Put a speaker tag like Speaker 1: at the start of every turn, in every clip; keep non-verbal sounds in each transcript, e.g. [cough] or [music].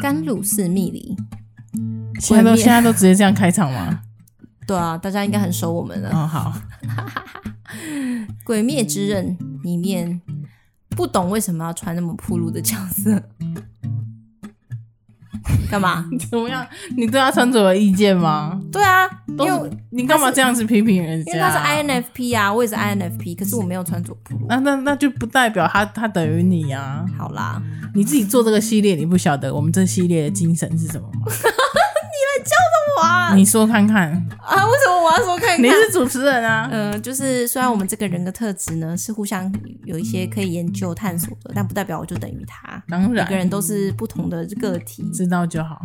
Speaker 1: 甘露寺蜜梨。
Speaker 2: 现在都
Speaker 1: 毁灭
Speaker 2: 现在都直接这样开场 [laughs] 吗？
Speaker 1: 对啊，大家应该很熟我们啊了。
Speaker 2: 哦，好，
Speaker 1: 嗯鬼灭之刃》里面不懂为什么要穿那么暴露的角 [laughs] 色，干嘛？
Speaker 2: 怎么样？你对他穿着有意见吗？
Speaker 1: 对啊，因
Speaker 2: 都
Speaker 1: 为
Speaker 2: 是你干嘛这样子批评人家？
Speaker 1: 因为他是 INFP 啊，我也是 INFP，可是我没有穿着暴露。
Speaker 2: 那那那就不代表他他等于你啊！
Speaker 1: 好啦，
Speaker 2: 你自己做这个系列，你不晓得我们这系列的精神是
Speaker 1: [laughs]
Speaker 2: 什么吗？
Speaker 1: 哇
Speaker 2: 你说
Speaker 1: [laughs]
Speaker 2: 看看，
Speaker 1: 啊，为什么我要说看
Speaker 2: 你
Speaker 1: 看？
Speaker 2: 是主持人啊！
Speaker 1: 呃，就是虽然我们这个人格特质呢是互相有一些可以研究探索的，但不代表我就等于他。
Speaker 2: 当
Speaker 1: 每个
Speaker 2: 然
Speaker 1: 人都是啊不同的个体。
Speaker 2: 知道就好。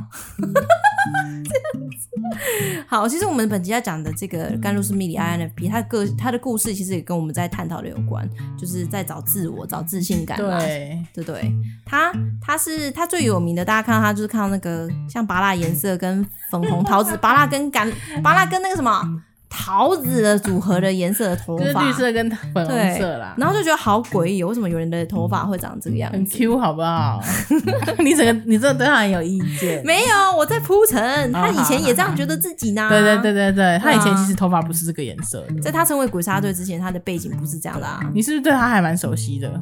Speaker 1: 好，其实我们本集要讲的这个
Speaker 2: 嗯
Speaker 1: 甘露寺密里 INFP，他个他的故事其实也跟我们在探讨的有关，就是在找自我、找自信感嘛。
Speaker 2: 对，
Speaker 1: 对不对，他他是他最有名的，大家看到他就是看到那个像拔蜡颜色跟粉红桃
Speaker 2: [laughs]
Speaker 1: 子，拔蜡跟橄拔蜡跟那个什么桃子的组合的颜色的头
Speaker 2: 就是
Speaker 1: 发，
Speaker 2: 绿色跟粉红色啦，
Speaker 1: 然后就觉得好诡异，为什么有人的头发会长这个样
Speaker 2: 很
Speaker 1: 子？
Speaker 2: Q 好不好？ [laughs] 你整个你真的对他很有意见。
Speaker 1: 没有，我在铺陈，他
Speaker 2: 哦
Speaker 1: 以前也这
Speaker 2: 好
Speaker 1: 样
Speaker 2: 好好
Speaker 1: 觉得自己呢。
Speaker 2: 对对对，对对，他以
Speaker 1: 对
Speaker 2: 前
Speaker 1: 啊
Speaker 2: 其实头发不是这个颜色的。
Speaker 1: 在他成为鬼杀队之前，他的背景不是这样的啊。
Speaker 2: 你是不是对他还蛮熟悉的？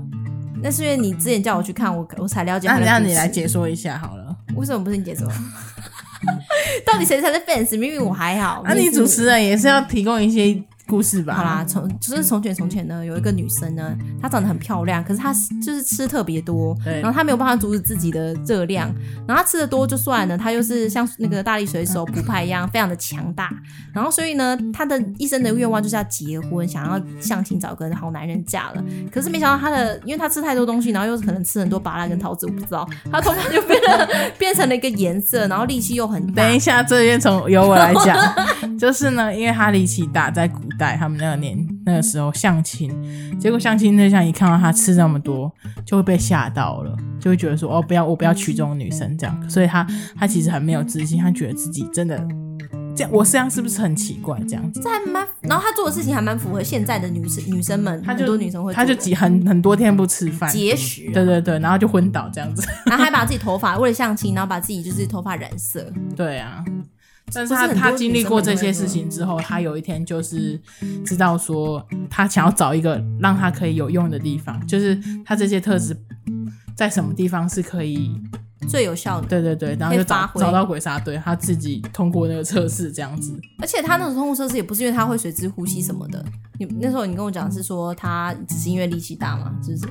Speaker 1: 那是因为你之前叫我去看，我我才了解他
Speaker 2: 那
Speaker 1: 的。
Speaker 2: 啊让你来，解说一下好了。
Speaker 1: 为什么不是你解说？到底谁才是 fans？明明我还
Speaker 2: [laughs]
Speaker 1: 好，
Speaker 2: 那、啊你
Speaker 1: 明明是
Speaker 2: 主持人啊也是要提供一些故事吧？
Speaker 1: 好啦，从就是从前从前呢，有一个女生呢，她长得很漂亮，可是她就是吃特别多，
Speaker 2: 对
Speaker 1: 然后她没有办法阻止自己的热量，然后她吃的多就算了，她又是像那个大力水手普派一样，非常的强大，然后所以呢，她的一生的愿望就是要结婚，想要相亲找个好男人嫁了，可是没想到她的，因为她吃太多东西，然后又可能吃很多芭拉跟桃子，我不知道，她头发就变得变成了 [laughs] 一个颜色，然后力气又很大
Speaker 2: 等，一下，这边从由我来讲， [laughs] 就是呢，因为哈利奇打在古代，他们那个年那个时候相亲，结果相亲对象一看到他吃那么多，就会被吓到了，就会觉得说哦，不要我不要娶这种女生这样，所以他他其实很没有自信，他觉得自己真的这样，我这样是不是很奇怪？这样子，
Speaker 1: 这还蛮，然后她做的事情还蛮符合现在的女生女生们，
Speaker 2: 他
Speaker 1: 很
Speaker 2: 就
Speaker 1: 多女生会做
Speaker 2: 他
Speaker 1: 的，嗯
Speaker 2: 就几很很多天不吃饭，
Speaker 1: 节食啊，
Speaker 2: 对对对，然后就昏倒这样子， [laughs]
Speaker 1: 然后还把自己头发为了相亲，然后把自己就是头发染色，
Speaker 2: 对啊，但是
Speaker 1: 不是
Speaker 2: 他
Speaker 1: 很多
Speaker 2: 他
Speaker 1: 女
Speaker 2: 经历
Speaker 1: 生
Speaker 2: 过
Speaker 1: 们
Speaker 2: 这
Speaker 1: 会
Speaker 2: 些
Speaker 1: 的
Speaker 2: 事情之后，他有一天就是知道说，他想要找一个让他可以有用的地方，就是他这些特质在什么地方是可以，
Speaker 1: 最有效的。
Speaker 2: 对对对，然
Speaker 1: 可
Speaker 2: 后
Speaker 1: 以
Speaker 2: 就
Speaker 1: 发
Speaker 2: 找
Speaker 1: 挥
Speaker 2: 找到鬼杀队，他自己通过那个测试这样子，
Speaker 1: 而且他那种痛风测试也不是因为他会水之呼吸什么的，你那时候你跟我讲是说他只是因为力气大嘛，是不是？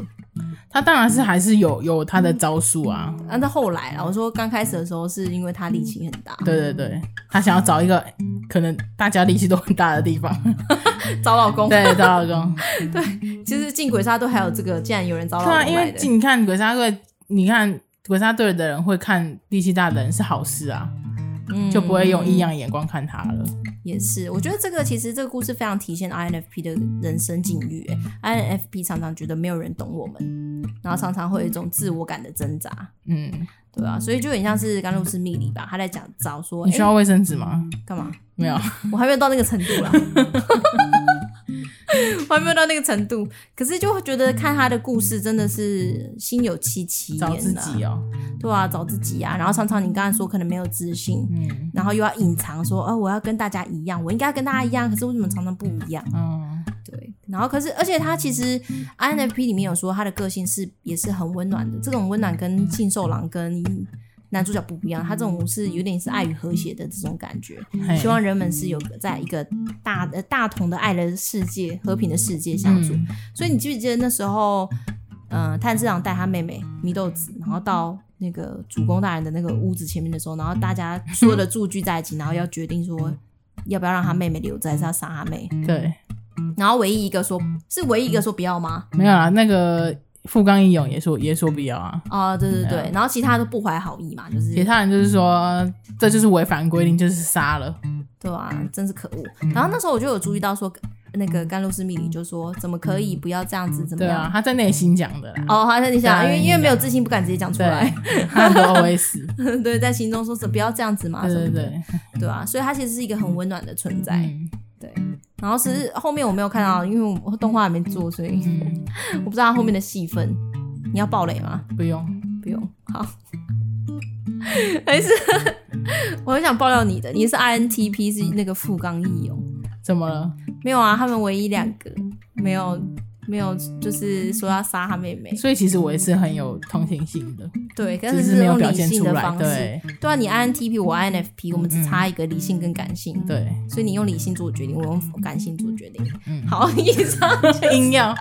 Speaker 2: 他当然是还是有有他的招数啊，
Speaker 1: 啊，那后来啊，我说刚开始的时候是因为他力气很大，
Speaker 2: 对对对，他想要找一个可能大家力气都很大的地方， [laughs]
Speaker 1: [laughs] 找老公。
Speaker 2: 对，找老公。
Speaker 1: 其实进鬼杀都还有这个，竟然有人找老
Speaker 2: 对
Speaker 1: 公
Speaker 2: 啊，因
Speaker 1: 来
Speaker 2: 为
Speaker 1: 哦的，
Speaker 2: 你看鬼杀队，你看鬼杀队的人会看力气大的人是好事啊，
Speaker 1: 嗯
Speaker 2: 就不会用异样眼光看他了。
Speaker 1: 也是，我觉得这个其实这个故事非常体现 INFP 的人生境遇。哎 INFP 常常觉得没有人懂我们，然后常常会有一种自我感的挣扎。
Speaker 2: 嗯，
Speaker 1: 对啊，所以就很像是甘露寺密理吧，他在讲找说，
Speaker 2: 你需
Speaker 1: 哎，
Speaker 2: 要卫生纸吗？
Speaker 1: 干嘛？
Speaker 2: 没有，
Speaker 1: 嗯 [laughs] 我还没有到那个程度啦，啊我还没有到那个程度。可是就会觉得看他的故事真的是心有戚戚
Speaker 2: 找自
Speaker 1: 焉的、
Speaker 2: 己哦。
Speaker 1: 对啊，找自己啊。然后常常你刚才说可能没有自信，
Speaker 2: 嗯
Speaker 1: 然后又要隐藏说，哦，我要跟大家一样，我应该跟大家一样，可是为什么常常不一样？
Speaker 2: 嗯，
Speaker 1: 对，然后可是，而且他其实 INFP 里面有说他的个性是也是很温暖的，这种温暖跟信受郎跟男主角不一样，他这种是有点是爱与和谐的这种感觉，
Speaker 2: 嗯嘿
Speaker 1: [laughs] 希望人们是有在一个大呃大同的爱的世界、和平的世界相处。
Speaker 2: 嗯
Speaker 1: 所以你记不记得那时候，呃，炭治郎带他妹妹祢豆子，然后到那个主公大人的那个屋子前面的时候，然后大家所有的住居在一起，然后要决定说要不要让他妹妹留着，还是要杀他妹。
Speaker 2: 对，
Speaker 1: 然后唯一一个说，是唯一一个说不要吗？
Speaker 2: 没有啊。那个富冈义勇也说也说不要啊。
Speaker 1: 啊、对对
Speaker 2: 对
Speaker 1: 对，然后其他都不怀好意嘛，就是
Speaker 2: 其他人就是说，这就是违反规定，就是杀了。
Speaker 1: 对啊，真是可恶。
Speaker 2: 嗯
Speaker 1: 然后那时候我就有注意到说，那个甘露寺密里就说，怎么可以不要这样子，怎么
Speaker 2: 对
Speaker 1: 样？
Speaker 2: 啊，他在内心讲的啦。
Speaker 1: 哦，好，那你想，因
Speaker 2: 对
Speaker 1: 为因为没有自信，不敢直接 [laughs] 讲出来，
Speaker 2: 对，他很多
Speaker 1: [laughs]
Speaker 2: OS。
Speaker 1: 对，在心中说不要这样子嘛，
Speaker 2: 对
Speaker 1: 什
Speaker 2: 对
Speaker 1: 么的，
Speaker 2: 对，
Speaker 1: 对啊，所以他其实是一个很温暖的存在，
Speaker 2: 嗯
Speaker 1: 对。然后其实后面我没有看到，因为我动画还没做，所以
Speaker 2: 嗯，
Speaker 1: [laughs] 我不知道他后面的戏份。你要爆雷吗？ [laughs]
Speaker 2: 不用。
Speaker 1: 不用，好。还是 [laughs] 我很想爆料你的，你是 INTP 是那个富冈义勇？
Speaker 2: 怎么了？
Speaker 1: 没有啊，他们唯一两个没有没有，就是说要杀他妹妹。
Speaker 2: 所以其实我也是很有同情心的，
Speaker 1: 对，但
Speaker 2: 只
Speaker 1: 是
Speaker 2: 是
Speaker 1: 是
Speaker 2: 没
Speaker 1: 嗯
Speaker 2: 有
Speaker 1: 用
Speaker 2: 表
Speaker 1: 理
Speaker 2: 现
Speaker 1: 性
Speaker 2: 出
Speaker 1: 的
Speaker 2: 来。
Speaker 1: 方式。
Speaker 2: 对
Speaker 1: 对啊，你 INTP 我 INFP，我们只差一个理性跟感性。
Speaker 2: 对，
Speaker 1: 所以你用理性做决定，我用感性做决定。
Speaker 2: 嗯
Speaker 1: 好，以上就是
Speaker 2: [laughs] 硬要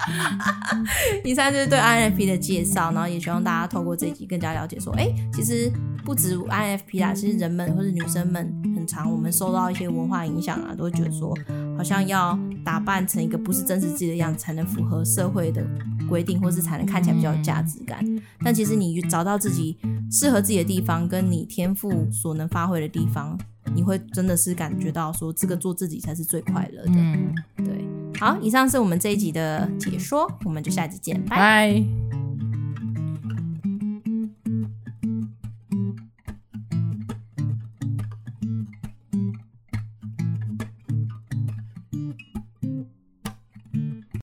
Speaker 1: 以上就是对 INFP 的介绍，然后也希望大家透过这一集更加了解，说，哎、其实不止 INFP 啦，其实人们或是女生们，很常我们受到一些文化影响啊，都会觉得说，好像要打扮成一个不是真实自己的样子，才能符合社会的规定，或是才能看起来比较有价值感。但其实你找到自己适合自己的地方，跟你天赋所能发挥的地方，你会真的是感觉到说，这个做自己才是最快乐的。
Speaker 2: 嗯，
Speaker 1: [laughs] 对，好，以上是我们这一集的解说，我们就下集见，拜。
Speaker 2: 拜。